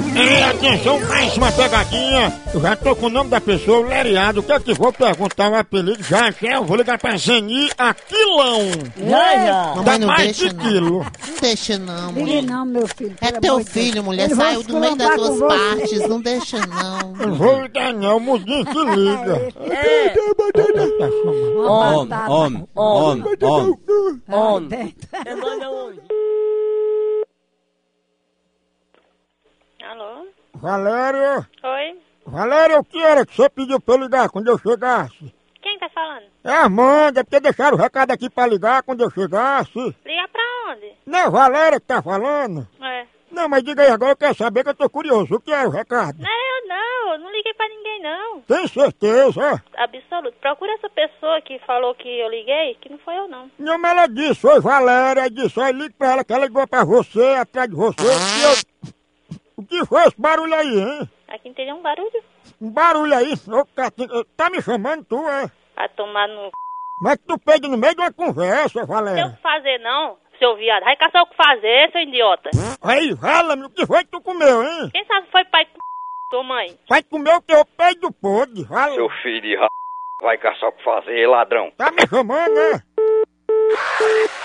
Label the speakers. Speaker 1: E atenção, mais uma pegadinha. Eu já tô com o nome da pessoa, o Leriado. O que é que vou perguntar o apelido? Já, já, eu vou ligar pra Zeni Aquilão.
Speaker 2: Olha!
Speaker 1: Dá
Speaker 3: Mamãe, não
Speaker 1: mais
Speaker 3: deixa,
Speaker 1: de
Speaker 3: não.
Speaker 1: quilo.
Speaker 3: Não deixa não,
Speaker 2: Diga
Speaker 3: mulher.
Speaker 2: não, meu filho.
Speaker 3: É
Speaker 2: pelo
Speaker 3: teu
Speaker 2: amor de
Speaker 3: filho,
Speaker 2: Deus.
Speaker 3: mulher.
Speaker 2: Ele vai
Speaker 3: Saiu do meio das
Speaker 2: esculhambar
Speaker 3: tuas
Speaker 2: com você.
Speaker 3: partes. Não deixa não.
Speaker 1: Eu vou ligar não, o mudinho se liga.
Speaker 2: Uma
Speaker 4: Homem,
Speaker 2: batata.
Speaker 4: homem, homem, homem.
Speaker 2: Tá bem.
Speaker 5: Alô?
Speaker 1: Valério,
Speaker 5: Oi?
Speaker 1: Valério, o que era que você pediu pra eu ligar quando eu chegasse?
Speaker 5: Quem tá falando?
Speaker 1: É a Amanda, porque deixaram o recado aqui pra ligar quando eu chegasse.
Speaker 5: Liga pra onde?
Speaker 1: Não, é Valéria que tá falando.
Speaker 5: É.
Speaker 1: Não, mas diga aí agora, eu quero saber que eu tô curioso. O que é o recado?
Speaker 5: Não, eu não, eu não liguei pra ninguém não.
Speaker 1: Tem certeza?
Speaker 5: Absoluto. Procura essa pessoa que falou que eu liguei, que não foi eu não.
Speaker 1: Não, mas ela disse, oi Valéria, disse, olha, liga pra ela que ela ligou pra você, atrás de você, que eu... O que foi esse barulho aí, hein?
Speaker 5: Aqui não tem nenhum barulho.
Speaker 1: Um barulho aí, ô, Catinga, tá me chamando tu, é?
Speaker 5: A tomar no... c****.
Speaker 1: Mas tu pede no meio de uma conversa,
Speaker 5: Não tem o
Speaker 1: Valéria.
Speaker 5: que fazer não, seu viado. Vai caçar o que fazer, seu idiota.
Speaker 1: Aí, rala-me, o que foi que tu comeu, hein?
Speaker 5: Quem sabe foi pai com tua mãe.
Speaker 1: Vai comer o teu peito do podre, rala.
Speaker 6: Seu
Speaker 1: né?
Speaker 6: filho de ra... vai caçar o que fazer, ladrão.
Speaker 1: Tá me chamando, é?